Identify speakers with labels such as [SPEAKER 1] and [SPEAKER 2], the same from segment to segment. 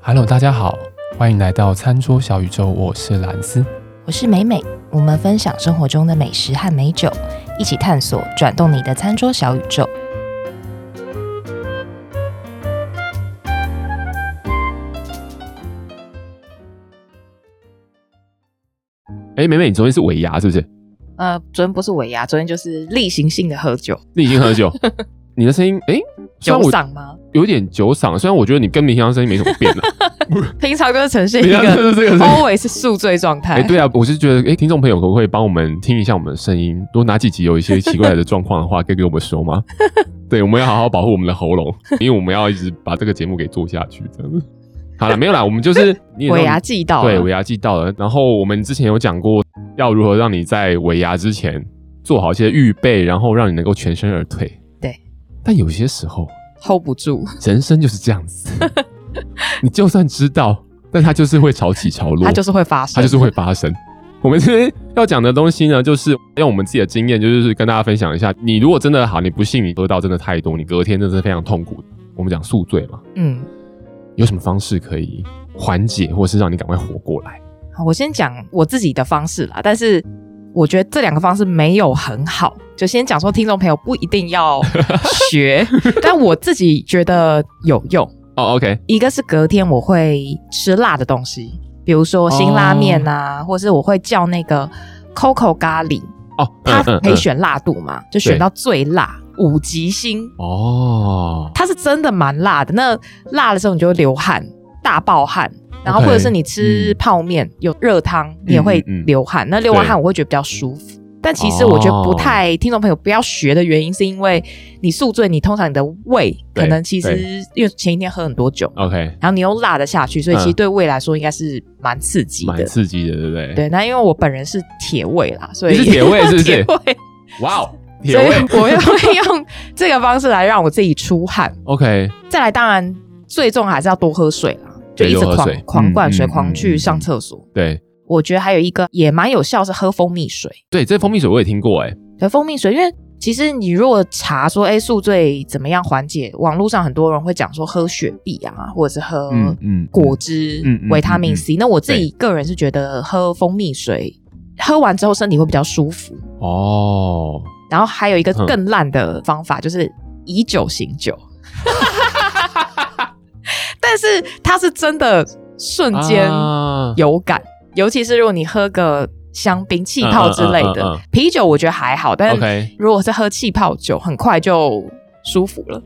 [SPEAKER 1] Hello，大家好，欢迎来到餐桌小宇宙，我是蓝斯。
[SPEAKER 2] 我是美美，我们分享生活中的美食和美酒，一起探索转动你的餐桌小宇宙。
[SPEAKER 1] 哎，美美，你昨天是尾牙是不是？
[SPEAKER 3] 呃，昨天不是尾牙，昨天就是例行性的喝酒，
[SPEAKER 1] 你已经喝 酒，你的声音哎，虽
[SPEAKER 3] 酒
[SPEAKER 1] 然我
[SPEAKER 3] 嗓吗？
[SPEAKER 1] 有点酒嗓，虽然我觉得你跟平常声音没 什么变啊，
[SPEAKER 3] 平常就是呈现一
[SPEAKER 1] 平常就
[SPEAKER 3] 个
[SPEAKER 1] 是这个声音。
[SPEAKER 3] always 宿醉状态。
[SPEAKER 1] 哎，对啊，我是觉得，哎，听众朋友可不可以帮我们听一下我们的声音？如果哪几集有一些奇怪的状况的话，可以给我们说 吗？对，我们要好好保护我们的喉咙，因为我们要一直把这个节目给做下去，这样子。好了，没有啦，我们就是你也知道
[SPEAKER 3] 尾牙季到了，
[SPEAKER 1] 对，尾牙季到了。然后我们之前有讲过，要如何让你在尾牙之前做好一些预备，然后让你能够全身而退。
[SPEAKER 3] 对。
[SPEAKER 1] 但有些时候，
[SPEAKER 3] hold 不住，
[SPEAKER 1] 人生就是这样子，你就算知道，但它就是会潮起潮落，
[SPEAKER 3] 它就是会发生，
[SPEAKER 1] 它就是会发生。我们今天要讲的东西呢，就是用我们自己的经验，就是跟大家分享一下。你如果真的好，你不信你喝到真的太多，你隔天真的是非常痛苦。我们讲宿醉嘛，
[SPEAKER 3] 嗯。
[SPEAKER 1] 有什么方式可以缓解，或是让你赶快活过来？
[SPEAKER 3] 好我先讲我自己的方式啦，但是我觉得这两个方式没有很好，就先讲说听众朋友不一定要 学，但我自己觉得有用。
[SPEAKER 1] 哦、o k
[SPEAKER 3] 一个是隔天我会吃辣的东西，比如说辛拉面啊，或是我会叫那个 Coco 咖喱，
[SPEAKER 1] 哦，
[SPEAKER 3] 它
[SPEAKER 1] 嗯嗯
[SPEAKER 3] 可以
[SPEAKER 1] 嗯
[SPEAKER 3] 选辣度嘛，就选到最辣五级星，
[SPEAKER 1] 哦，
[SPEAKER 3] 它是真的蛮辣的。那辣的时候你就会流汗，大爆汗。然后
[SPEAKER 1] OK，
[SPEAKER 3] 或者是你吃泡面、有热汤，你也会
[SPEAKER 1] 嗯嗯
[SPEAKER 3] 流汗。那流完汗我会觉得比较舒服。但其实我觉得不太、听众朋友不要学的原因，是因为你宿醉，你通常你的胃
[SPEAKER 1] 对
[SPEAKER 3] 可能其实因为前一天喝很多酒，
[SPEAKER 1] ，OK，
[SPEAKER 3] 然后你又辣的下去，所以其实
[SPEAKER 1] 嗯
[SPEAKER 3] 对胃来说应该是蛮刺激
[SPEAKER 1] 蛮
[SPEAKER 3] 的。
[SPEAKER 1] 刺激的，对不对？，
[SPEAKER 3] 对，那因为我本人是铁胃啦， 所以
[SPEAKER 1] 你是铁胃是不是
[SPEAKER 3] 铁胃
[SPEAKER 1] 哇哦，铁
[SPEAKER 3] 所以
[SPEAKER 1] 胃
[SPEAKER 3] 我要会用这个方式来让我自己 出汗。
[SPEAKER 1] ，OK，
[SPEAKER 3] 再来，当然最重还是要多喝水啦，就
[SPEAKER 1] 对
[SPEAKER 3] 一直
[SPEAKER 1] 多喝
[SPEAKER 3] 狂
[SPEAKER 1] 水嗯
[SPEAKER 3] 狂灌
[SPEAKER 1] 嗯
[SPEAKER 3] 水，
[SPEAKER 1] 嗯
[SPEAKER 3] 狂
[SPEAKER 1] 嗯
[SPEAKER 3] 去
[SPEAKER 1] 嗯
[SPEAKER 3] 上厕所。
[SPEAKER 1] 对
[SPEAKER 3] 我觉得还有一个也蛮有效是喝蜂蜜水，
[SPEAKER 1] 对，这蜂蜜水我也听过，哎，
[SPEAKER 3] 对蜂蜜水，因为其实你如果查说，哎，宿醉怎么样缓解，网络上很多人会讲说喝雪碧啊，或者是喝
[SPEAKER 1] 嗯嗯，
[SPEAKER 3] 果汁、
[SPEAKER 1] 嗯嗯
[SPEAKER 3] 维他命 C、那我自己
[SPEAKER 1] 对
[SPEAKER 3] 个人是觉得喝蜂蜜水，喝完之后身体会比较舒服。
[SPEAKER 1] 哦，
[SPEAKER 3] 然后还有一个
[SPEAKER 1] 嗯
[SPEAKER 3] 更烂的方法，就是以酒醒酒， 但是它是真的瞬间
[SPEAKER 1] 啊
[SPEAKER 3] 有感，尤其是如果你喝个香槟、气泡之类的、
[SPEAKER 1] 嗯嗯嗯嗯嗯
[SPEAKER 3] 啤酒，我觉得还好，但是
[SPEAKER 1] OK，
[SPEAKER 3] 如果是喝气泡酒，很快就舒服了。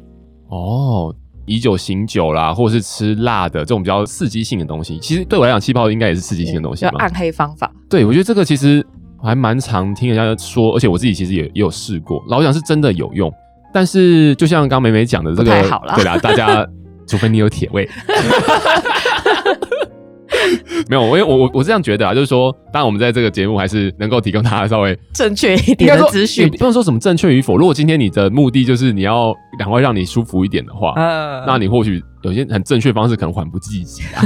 [SPEAKER 1] 哦。以酒醒酒啦，或是吃辣的这种比较刺激性的东西，其实对我来讲，气泡应该也是刺激性的东西
[SPEAKER 3] 就
[SPEAKER 1] 嘛
[SPEAKER 3] 暗。黑方法，
[SPEAKER 1] 对，我觉得这个其实还蛮常听人家说，而且我自己其实也也有试过，老实讲是真的有用。但是就像刚美美讲的，这
[SPEAKER 3] 不太
[SPEAKER 1] 个
[SPEAKER 3] 好啦
[SPEAKER 1] 对啦，大家 除非你有铁胃，没有，因为我我我是这样觉得啊，就是说，当然我们在这个节目还是能够提供大家稍微
[SPEAKER 3] 正确一
[SPEAKER 1] 应
[SPEAKER 3] 点
[SPEAKER 1] 该
[SPEAKER 3] 的
[SPEAKER 1] 说
[SPEAKER 3] 资
[SPEAKER 1] 也
[SPEAKER 3] 讯。
[SPEAKER 1] 不用说什么正确与否。如果今天你的目的就是你要赶快让你舒服一点的话，
[SPEAKER 3] 呃
[SPEAKER 1] 那你或许有些很正确的方式可能缓不济急啊。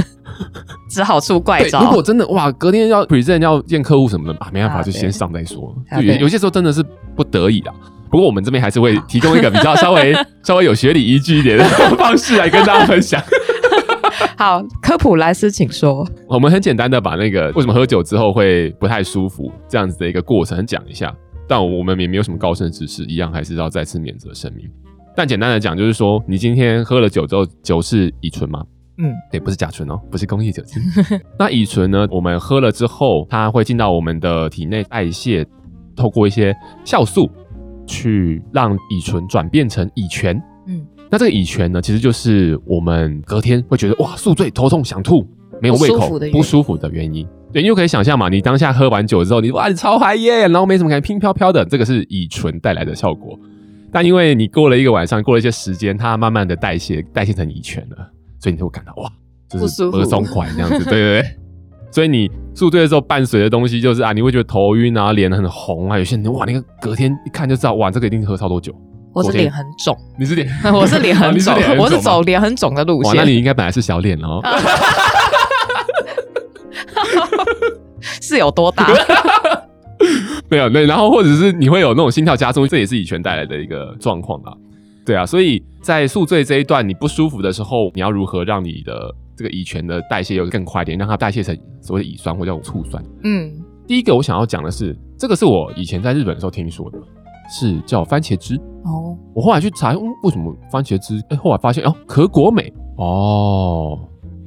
[SPEAKER 3] 只好出怪
[SPEAKER 1] 对，
[SPEAKER 3] 招。
[SPEAKER 1] 如果真的哇，隔天要 present 要见客户什么的啊，没办法，
[SPEAKER 3] 啊
[SPEAKER 1] 就
[SPEAKER 3] 对
[SPEAKER 1] 先上再说。
[SPEAKER 3] 啊
[SPEAKER 1] 就有
[SPEAKER 3] 对
[SPEAKER 1] 有些时候真的是不得已啊。不过我们这边还是会提供一个比较稍 微稍微有学理依据一点的方式来跟大家分享。
[SPEAKER 3] 好，科普莱斯，请说。
[SPEAKER 1] 我们很简单的把那个为什么喝酒之后会不太舒服这样子的一个过程讲一下，但我们也没有什么高深知识，一样还是要再次免责声明。但简单的讲，就是说你今天喝了酒之后，酒是乙醇吗？
[SPEAKER 3] 嗯，
[SPEAKER 1] 对，不是甲醇哦，不是工业酒精。 那乙醇呢？我们喝了之后，它会进到我们的体内代谢，透过一些酵素去让乙醇转变成乙醛。嗯
[SPEAKER 3] 嗯，
[SPEAKER 1] 那这个乙醛呢，其实就是我们隔天会觉得哇，宿醉、头痛、想吐、没有胃
[SPEAKER 3] 不舒
[SPEAKER 1] 口
[SPEAKER 3] 服的、原因
[SPEAKER 1] 不舒服的原因。对，你就可以想象嘛，你当下喝完酒之后，你哇，你超嗨耶，然后没什么感觉，轻飘飘的，这个是乙醇带来的效果。但因为你过了一个晚上，过了一些时间，它慢慢的代谢代谢成乙醛了，所以你就会感到哇，就是
[SPEAKER 3] 不舒服
[SPEAKER 1] 额松快这样子，对对 对。所以你宿醉的时候伴随的东西就是啊，你会觉得头晕啊，脸很红啊，有些人哇，那个隔天一看就知道，哇，这个一定喝超多酒。
[SPEAKER 3] 我是
[SPEAKER 1] 昨天
[SPEAKER 3] 脸很肿，
[SPEAKER 1] 你是脸，
[SPEAKER 3] 我是脸
[SPEAKER 1] 哦
[SPEAKER 3] 很
[SPEAKER 1] 你是
[SPEAKER 3] 肿
[SPEAKER 1] 脸很，肿
[SPEAKER 3] 我是
[SPEAKER 1] 吗
[SPEAKER 3] 走脸很肿的路
[SPEAKER 1] 哇，
[SPEAKER 3] 线。
[SPEAKER 1] 那你应该本来是小脸哦。
[SPEAKER 3] 是有 多大？
[SPEAKER 1] 对啊，对，然后或者是你会有那种心跳加速，这也是乙醛带来的一个状况啦。对啊，所以在宿醉这一段你不舒服的时候，你要如何让你的这个乙醛的代谢又更快一点，让它代谢成所谓的乙酸或叫醋酸。
[SPEAKER 3] 嗯，
[SPEAKER 1] 第一个我想要讲的是，这个是我以前在日本的时候听说的，是叫番茄汁。
[SPEAKER 3] 哦，
[SPEAKER 1] 我后来去查，嗯，为什么番茄汁？哎、后来发现哦，可果美哦，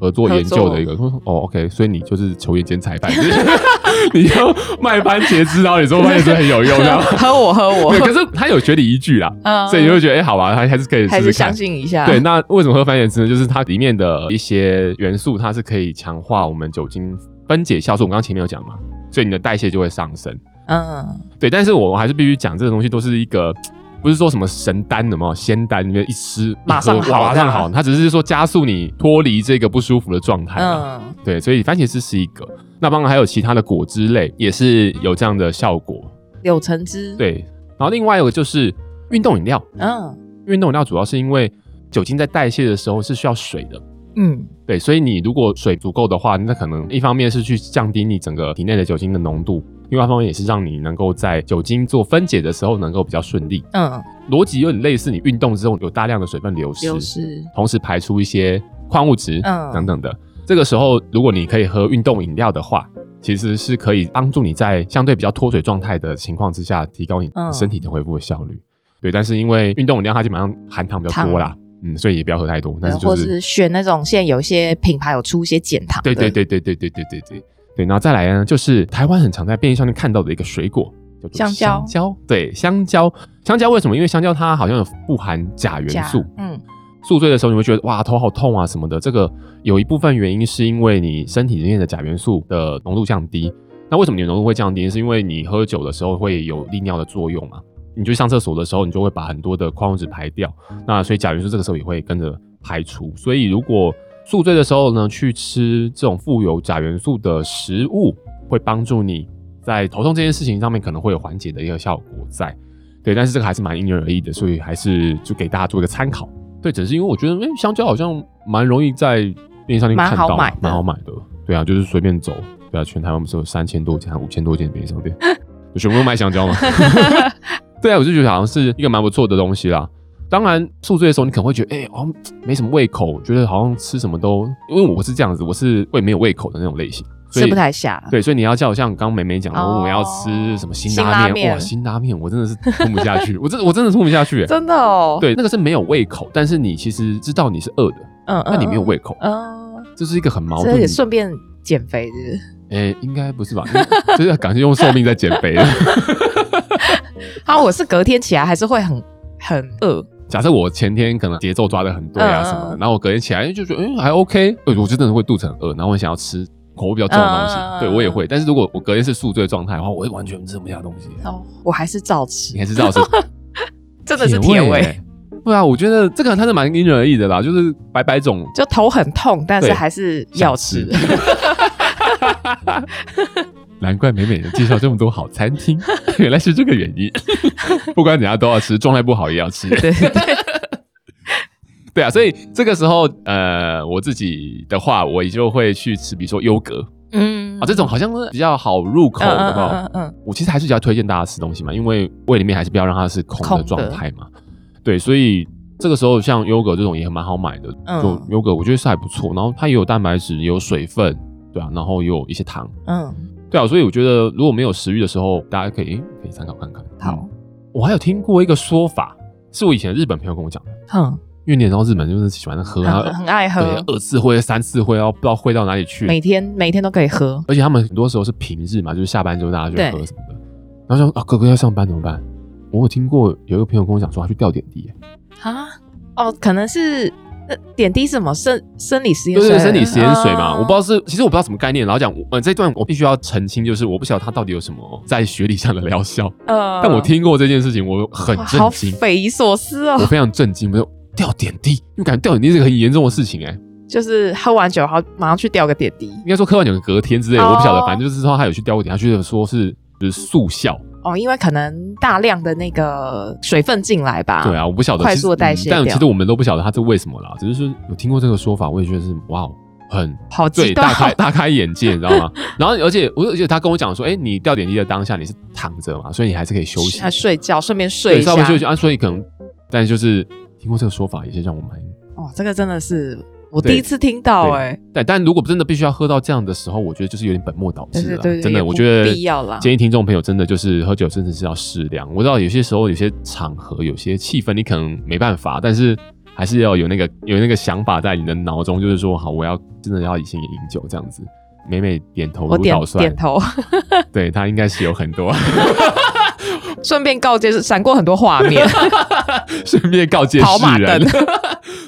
[SPEAKER 1] 合作研究的一个。我说哦，OK，所以你就是球员兼裁判，就是 你要卖番茄汁，然后你说番茄汁很有用，然后
[SPEAKER 3] 喝我喝 我
[SPEAKER 1] 对，，可是它有学理依据啦，
[SPEAKER 3] 嗯
[SPEAKER 1] 所以你会觉得哎、好吧，还还是可以
[SPEAKER 3] 还
[SPEAKER 1] 试
[SPEAKER 3] 是
[SPEAKER 1] 试
[SPEAKER 3] 相
[SPEAKER 1] 看。
[SPEAKER 3] 信一下，
[SPEAKER 1] 对，，那为什么喝番茄汁呢？就是它里面的一些元素，它是可以强化我们酒精分解酵素。我们刚刚前面有讲嘛，所以你的代谢就会上升。
[SPEAKER 3] 嗯，
[SPEAKER 1] 对，但是我还是必须讲，这个东西都是一个，不是说什么神丹有没有仙丹，里面一吃
[SPEAKER 3] 马上
[SPEAKER 1] 一喝
[SPEAKER 3] 好
[SPEAKER 1] 哇马上
[SPEAKER 3] 的
[SPEAKER 1] 好，它只是说加速你脱离这个不舒服的状态嘛。
[SPEAKER 3] 嗯，
[SPEAKER 1] 对，所以番茄汁是一个，那当然还有其他的果汁类也是有这样的效果。
[SPEAKER 3] 柳橙汁，，
[SPEAKER 1] 对，然后另外一个就是运动饮料，
[SPEAKER 3] 嗯
[SPEAKER 1] 运动饮料主要是因为酒精在代谢的时候是需要水的。
[SPEAKER 3] 嗯
[SPEAKER 1] 对，所以你如果水足够的话，那可能一方面是去降低你整个体内的酒精的浓度，另外一方面也是让你能够在酒精做分解的时候能够比较顺利。
[SPEAKER 3] 嗯，
[SPEAKER 1] 逻辑有点类似，你运动之后有大量的水分流失，
[SPEAKER 3] 流失，
[SPEAKER 1] 同时排出一些矿物质
[SPEAKER 3] 嗯
[SPEAKER 1] 等等的。这个时候，如果你可以喝运动饮料的话，其实是可以帮助你在相对比较脱水状态的情况之下，提高你
[SPEAKER 3] 嗯
[SPEAKER 1] 身体的恢复的效率。对，但是因为运动饮料它基本上含糖比较多啦，嗯，所以也不要喝太多。但是就
[SPEAKER 3] 或
[SPEAKER 1] 是
[SPEAKER 3] 是选那种现在有一些品牌有出一些减糖，
[SPEAKER 1] 对对，对对对对对对对对。然后再来呢，就是台湾很常在便利商店看到的一个水果，叫做
[SPEAKER 3] 香蕉
[SPEAKER 1] 香蕉，对，香蕉。香蕉为什么？因为香蕉它好像有富含钾元
[SPEAKER 3] 加
[SPEAKER 1] 素。
[SPEAKER 3] 嗯
[SPEAKER 1] 宿醉的时候你会觉得哇头好痛啊什么的，这个有一部分原因是因为你身体里面的钾元素的浓度降低。那为什么你的浓度会降低？是因为你喝酒的时候会有利尿的作用嘛？你去上厕所的时候，你就会把很多的矿物质排掉，那所以钾元素这个时候也会跟着排除。所以如果宿醉的时候呢，去吃这种富有钾元素的食物，会帮助你在头痛这件事情上面可能会有缓解的一个效果在。对，但是这个还是蛮因人而异的，所以还是就给大家做一个参考。对，只是因为我觉得，哎、香蕉好像蛮容易在便利商店
[SPEAKER 3] 蛮
[SPEAKER 1] 看
[SPEAKER 3] 好
[SPEAKER 1] 到，
[SPEAKER 3] 买的
[SPEAKER 1] 蛮好买的。对啊，就是随便走。对啊，全台湾不是有三千多间、五千多间便利商店， 全部都卖香蕉吗？ 对啊，我就觉得好像是一个蛮不错的东西啦。当然，宿醉的时候你可能会觉得，哎、好像没什么胃口，觉得好像吃什么都，因为我是这样子，我是胃没有胃口的那种类型，所
[SPEAKER 3] 吃
[SPEAKER 1] 以
[SPEAKER 3] 不太下了，
[SPEAKER 1] 对，所以你要叫我像刚刚美美讲的，
[SPEAKER 3] 哦
[SPEAKER 1] 我们要吃什么辛
[SPEAKER 3] 辛
[SPEAKER 1] 拉
[SPEAKER 3] 拉面
[SPEAKER 1] 哇，辛拉面我真的是吞不下去，我 真的我真的吞不下去、欸，
[SPEAKER 3] 真的哦，，
[SPEAKER 1] 对，那个是没有胃口，但是你其实知道你是饿的，
[SPEAKER 3] 嗯，
[SPEAKER 1] 但你没有胃口，
[SPEAKER 3] 嗯，嗯，
[SPEAKER 1] 这是一个很矛
[SPEAKER 3] 这
[SPEAKER 1] 盾
[SPEAKER 3] 也
[SPEAKER 1] 的。
[SPEAKER 3] 顺便减肥是不是？
[SPEAKER 1] 诶、应该不是吧？因为就是感觉用寿命在减肥。
[SPEAKER 3] 啊，我是隔天起来还是会很很饿，
[SPEAKER 1] 假设我前天可能节奏抓的很对啊什么
[SPEAKER 3] 嗯
[SPEAKER 1] 的，
[SPEAKER 3] 嗯嗯
[SPEAKER 1] 然后我隔天起来就觉得，嗯，还 OK，呃我就真的会肚子很饿，然后我想要吃口味比较重的东西，
[SPEAKER 3] 嗯嗯嗯
[SPEAKER 1] 对我也会。但是如果我隔天是宿醉状态的话，我会完全吃不下东 西。
[SPEAKER 3] 哦，我还是照吃
[SPEAKER 1] 你，还是知 道是
[SPEAKER 3] 真的是铁
[SPEAKER 1] 味
[SPEAKER 3] 胃，
[SPEAKER 1] 欸。对啊，我觉得这个它是蛮因人而异的啦，就是百百种
[SPEAKER 3] 就头很痛，但是
[SPEAKER 1] 对
[SPEAKER 3] 还是要吃。
[SPEAKER 1] 想 难怪美美介绍这么多好餐厅，原来是这个原因。 不管怎样都要吃，状态不好也要吃。
[SPEAKER 3] 对 对对，
[SPEAKER 1] 对啊，所以这个时候，呃，我自己的话，我也就会去吃，比如说优格
[SPEAKER 3] 嗯
[SPEAKER 1] 啊，这种好像是比较好入口的吧。
[SPEAKER 3] 嗯嗯嗯嗯
[SPEAKER 1] 我其实还是比较推荐大家吃东西嘛，因为胃里面还是不要让它是空
[SPEAKER 3] 空
[SPEAKER 1] 的
[SPEAKER 3] 的
[SPEAKER 1] 状态嘛。对，所以这个时候像优格这种也蛮好买的，
[SPEAKER 3] 嗯
[SPEAKER 1] 就优格我觉得是还不错，然后它也有蛋白质，也有水分，对啊，然后也有一些糖，
[SPEAKER 3] 嗯，
[SPEAKER 1] 对啊，所以我觉得如果没有食欲的时候，大家可以诶可以参考看看。
[SPEAKER 3] 好，
[SPEAKER 1] 我还有听过一个说法，是我以前日本朋友跟我讲的，
[SPEAKER 3] 哼，
[SPEAKER 1] 因为你也知道日本就是喜欢喝啊
[SPEAKER 3] 很，很爱
[SPEAKER 1] 对
[SPEAKER 3] 喝，，
[SPEAKER 1] 二次会、三次会，然后不知道会到哪里去，
[SPEAKER 3] 每天每天都可以喝，
[SPEAKER 1] 而且他们很多时候是平日嘛，就是下班之后大家就
[SPEAKER 3] 对
[SPEAKER 1] 喝什么的。然后想啊，哥哥要上班怎么办？我有听过有一个朋友跟我讲说，他去吊点滴，
[SPEAKER 3] 啊，哦，可能是呃点滴是什么生生理实验
[SPEAKER 1] 对
[SPEAKER 3] 水，
[SPEAKER 1] 对，生理食盐水嘛，
[SPEAKER 3] 嗯
[SPEAKER 1] 我不知道是，其实我不知道什么概念。然后讲，呃，这段我必须要澄清，就是我不晓得他到底有什么在学理上的疗效，
[SPEAKER 3] 呃
[SPEAKER 1] 但我听过这件事情，我很
[SPEAKER 3] 哇
[SPEAKER 1] 震
[SPEAKER 3] 好
[SPEAKER 1] 惊，
[SPEAKER 3] 匪夷所思哦
[SPEAKER 1] 我，非常震惊，没有吊点滴，因为感觉吊点滴是个很严重的事情哎、
[SPEAKER 3] 就是喝完酒然后马上去吊个点滴，
[SPEAKER 1] 应该说科幻有隔天之类的，我不晓得，
[SPEAKER 3] 哦
[SPEAKER 1] 反正就是说他有去吊过点，他觉得说是就是速效，
[SPEAKER 3] 哦，因为可能大量的那个水分进来吧，
[SPEAKER 1] 对，啊，我不晓得
[SPEAKER 3] 快
[SPEAKER 1] 其实
[SPEAKER 3] 速代
[SPEAKER 1] 嗯
[SPEAKER 3] 谢
[SPEAKER 1] 但
[SPEAKER 3] 掉
[SPEAKER 1] 其实我们都不晓得他是为什么啦，只是说有听过这个说法，我也觉得是哇哦，很
[SPEAKER 3] 好
[SPEAKER 1] 对
[SPEAKER 3] 激动
[SPEAKER 1] 大，开大开眼界，你知道吗？然后而且我而且他跟我讲说，哎、你吊点滴的当下你是躺着嘛，所以你还是可以休息，
[SPEAKER 3] 啊睡觉，顺便睡
[SPEAKER 1] 对，
[SPEAKER 3] 一下
[SPEAKER 1] 稍，微休息啊，所以可能，但就是听过这个说法，也是让我蛮
[SPEAKER 3] 哦，这个真的是。我
[SPEAKER 1] 对
[SPEAKER 3] 第一次听到哎、
[SPEAKER 1] 对，但如果真的必须要喝到这样的时候，我觉得就是有点本末倒
[SPEAKER 3] 但
[SPEAKER 1] 置
[SPEAKER 3] 是
[SPEAKER 1] 了。
[SPEAKER 3] 对对，
[SPEAKER 1] 真
[SPEAKER 3] 也
[SPEAKER 1] 的，
[SPEAKER 3] 不
[SPEAKER 1] 我觉得
[SPEAKER 3] 必要啦。
[SPEAKER 1] 建议听众朋友真的就是喝酒，真的是要适量。我知道有些时候、有些场合、有些气氛，你可能没办法，但是还是要有那个有那个想法在你的脑中，就是说，好，我要真的要以性饮酒这样子。每每点头
[SPEAKER 3] 我
[SPEAKER 1] 如
[SPEAKER 3] 点
[SPEAKER 1] 捣蒜
[SPEAKER 3] 点，头，
[SPEAKER 1] 对他应该是有很多，
[SPEAKER 3] 顺便告诫是闪过很多画 面。
[SPEAKER 1] 顺便告诫
[SPEAKER 3] 跑马
[SPEAKER 1] 世 人
[SPEAKER 3] 灯，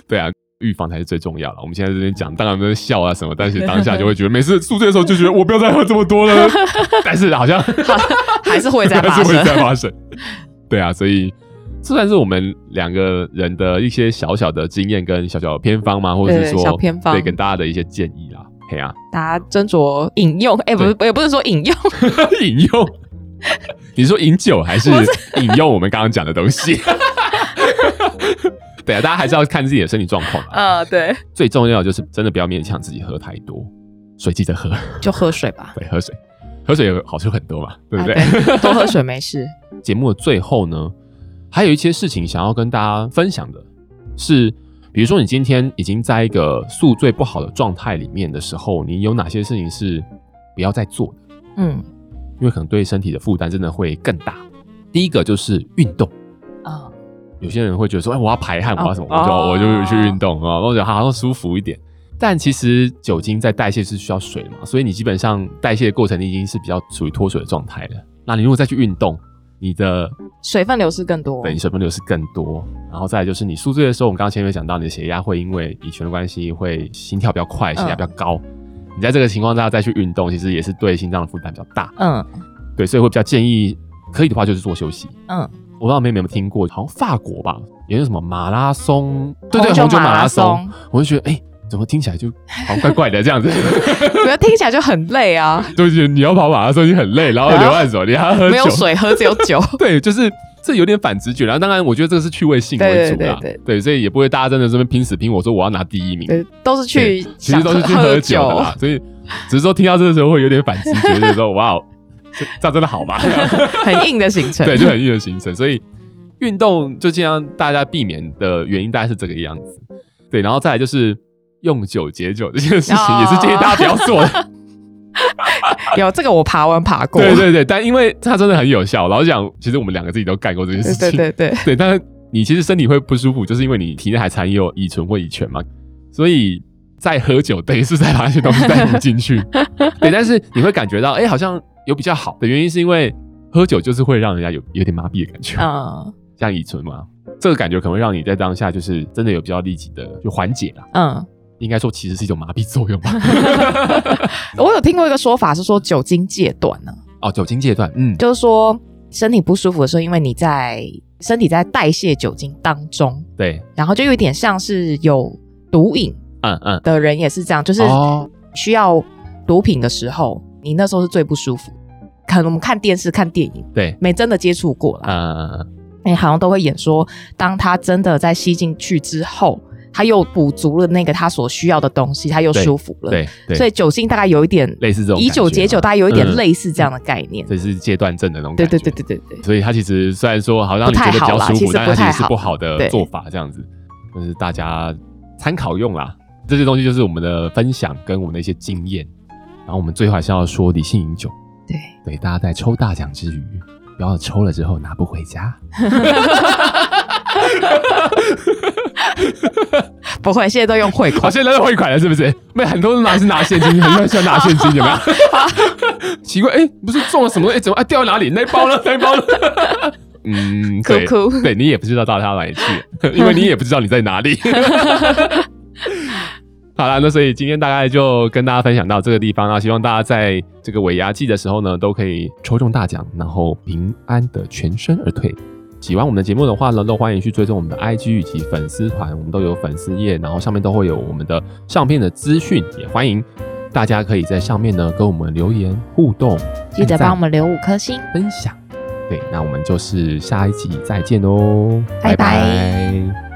[SPEAKER 1] 对啊。预防才是最重要了。我们现在这边讲，当然在笑啊什么，但是当下就会觉得，每次宿醉的时候就觉得我不要再喝这么多了， 但是好像
[SPEAKER 3] 还是会再发
[SPEAKER 1] 还是会
[SPEAKER 3] 生。
[SPEAKER 1] 再发生。对啊，所以这算是我们两个人的一些小小的经验跟小小的偏方吗？或者是
[SPEAKER 3] 对
[SPEAKER 1] 说
[SPEAKER 3] 小偏方
[SPEAKER 1] 对跟大家的一些建议啦。嘿啊，
[SPEAKER 3] 大家斟酌引用，哎、不是，也不是说引 用，
[SPEAKER 1] 引用。 你说饮酒还是
[SPEAKER 3] 不
[SPEAKER 1] 引用我们刚刚讲的东西？ 对啊，大家还是要看自己的身体状况啊。
[SPEAKER 3] 呃，对，
[SPEAKER 1] 最重要的就是真的不要勉强自己喝太多，水记得喝，
[SPEAKER 3] 就喝水吧，
[SPEAKER 1] 对，喝水，喝水有好处很多嘛，对不对？
[SPEAKER 3] 啊对多喝水没事。
[SPEAKER 1] 节目的最后呢，还有一些事情想要跟大家分享的是，比如说你今天已经在一个宿醉不好的状态里面的时候，你有哪些事情是不要再做的，
[SPEAKER 3] 嗯，
[SPEAKER 1] 因为可能对身体的负担真的会更大。第一个就是运动，
[SPEAKER 3] 啊、
[SPEAKER 1] 有些人会觉得说，哎，我要排汗，我要什么，
[SPEAKER 3] 哦
[SPEAKER 1] 我就我就去运动啊，我觉得好像舒服一点。但其实酒精在代谢是需要水嘛，所以你基本上代谢的过程你已经是比较处于脱水的状态了。那你如果再去运动，你的
[SPEAKER 3] 水分流失更多
[SPEAKER 1] 对，你水分流失更多。然后再来就是你宿醉的时候，我们刚刚前面有讲到，你的血压会因为乙醛的关系会心跳比较快，血压
[SPEAKER 3] 嗯
[SPEAKER 1] 比较高。你在这个情况下再去运动，其实也是对心脏的负担比较大。
[SPEAKER 3] 嗯
[SPEAKER 1] 对，所以会比较建议，可以的话就是做休息。
[SPEAKER 3] 嗯，
[SPEAKER 1] 我不知道妹妹有没有听过，好像法国吧，有那什么马拉松，对对，
[SPEAKER 3] 红酒
[SPEAKER 1] 红酒马
[SPEAKER 3] 马
[SPEAKER 1] 拉
[SPEAKER 3] 拉
[SPEAKER 1] 松
[SPEAKER 3] 松，
[SPEAKER 1] 我就觉得哎。怎么听起来就好像怪怪的这样子？
[SPEAKER 3] 我觉得听起来就很累啊，
[SPEAKER 1] 就是你要跑马拉松，你很累，然后流汗什么，你还要喝酒，
[SPEAKER 3] 没有水喝，只有酒。
[SPEAKER 1] 对，就是这有点反直觉。然后当然，我觉得这个是趣味性为主啦，
[SPEAKER 3] 对对对对
[SPEAKER 1] 所以也不会大家真的这边拼死拼活说我要拿第一名。
[SPEAKER 3] 对，呃都是去
[SPEAKER 1] 对其实都是去
[SPEAKER 3] 想
[SPEAKER 1] 喝
[SPEAKER 3] 喝
[SPEAKER 1] 酒的啦，所以只是说听到这个时候会有点反直觉，就是说哇，哦这这样真的好 吗？
[SPEAKER 3] 很硬的行 程。
[SPEAKER 1] 对，就很硬的行程。所以运动就尽量大家避免的原因大概是这个样子。对，然后再来就是用酒解酒这件事
[SPEAKER 3] 哦
[SPEAKER 1] 情，也是建议大家不要做的。
[SPEAKER 3] 有这个我爬完爬过。
[SPEAKER 1] 对对对，但因为它真的很有效，老实讲，其实我们两个自己都干过这件事
[SPEAKER 3] 对
[SPEAKER 1] 情
[SPEAKER 3] 呃对。对 对
[SPEAKER 1] 对，但是你其实身体会不舒服，就是因为你体内还含有乙醇或乙醛嘛，所以在喝酒等于是在把那些东西带入进 去。对，但是你会感觉到，哎、好像有比较好的原因，是因为喝酒就是会让人家有有点麻痹的感觉，
[SPEAKER 3] 嗯
[SPEAKER 1] 像乙醇嘛，这个感觉可能会让你在当下就是真的有比较立即的就缓解啦。
[SPEAKER 3] 嗯，
[SPEAKER 1] 应该说其实是一种麻痹作 用吧。
[SPEAKER 3] 我有听过一个说法是说酒精戒断呢、
[SPEAKER 1] 哦，酒精戒断，嗯，
[SPEAKER 3] 就是说身体不舒服的时候，因为你在身体在代谢酒精当中，
[SPEAKER 1] 对，
[SPEAKER 3] 然后就有点像是有毒瘾
[SPEAKER 1] 嗯嗯，
[SPEAKER 3] 的人也是这样，就是
[SPEAKER 1] 哦，
[SPEAKER 3] 需要毒品的时候，你那时候是最不舒服。可能我们看电视、看电影，
[SPEAKER 1] 对，
[SPEAKER 3] 没真的接触过啦，
[SPEAKER 1] 嗯，
[SPEAKER 3] 哎、好像都会演说，当他真的在吸进去之后，他又补足了那个他所需要的东西，他又
[SPEAKER 1] 对
[SPEAKER 3] 舒服了。
[SPEAKER 1] 对对，
[SPEAKER 3] 所以酒精大概有一点
[SPEAKER 1] 类似这种
[SPEAKER 3] 以酒
[SPEAKER 1] 感觉
[SPEAKER 3] 解酒，
[SPEAKER 1] 嘛，
[SPEAKER 3] 大概有一点
[SPEAKER 1] 嗯
[SPEAKER 3] 类似这样的概念。
[SPEAKER 1] 这是戒断症的那种
[SPEAKER 3] 对
[SPEAKER 1] 感觉。
[SPEAKER 3] 对对对对对，
[SPEAKER 1] 所以它其实虽然说好让你觉得比较舒服，
[SPEAKER 3] 不太
[SPEAKER 1] 但
[SPEAKER 3] 好啦
[SPEAKER 1] 它其
[SPEAKER 3] 其实不太好
[SPEAKER 1] 实是不好的做法，这样子，就是大家参考用啦。这些东西就是我们的分享跟我们的一些经验，然后我们最后还是要说理性饮酒。
[SPEAKER 3] 对
[SPEAKER 1] 对，大家在抽大奖之余，不要抽了之后拿不回家。
[SPEAKER 3] 不会，现在都用汇
[SPEAKER 1] 好，
[SPEAKER 3] 款。
[SPEAKER 1] 现在都汇款了是不是？没很多人拿是拿现金，很多人喜欢拿现金，有没有？ 奇怪，哎、不是中了什么？哎、怎么啊掉到哪里？那一包呢？那一包呢？嗯，对，
[SPEAKER 3] 哭哭
[SPEAKER 1] 对你也不知道到他哪里 去，因为你也不知道你在哪里。 好啦，那所以今天大概就跟大家分享到这个地方啊，希望大家在这个尾牙季的时候呢，都可以抽中大奖，然后平安的全身而退。喜欢我们的节目的话呢，都欢迎去追踪我们的 IG 以及粉丝团，我们都有粉丝页，然后上面都会有我们的上片的资讯，也欢迎大家可以在上面呢跟我们留言互动，
[SPEAKER 2] 记得
[SPEAKER 1] 按赞
[SPEAKER 2] 帮我们留五颗星。
[SPEAKER 1] 分享。对，那我们就是下一集再见喽，
[SPEAKER 2] 拜拜
[SPEAKER 1] 拜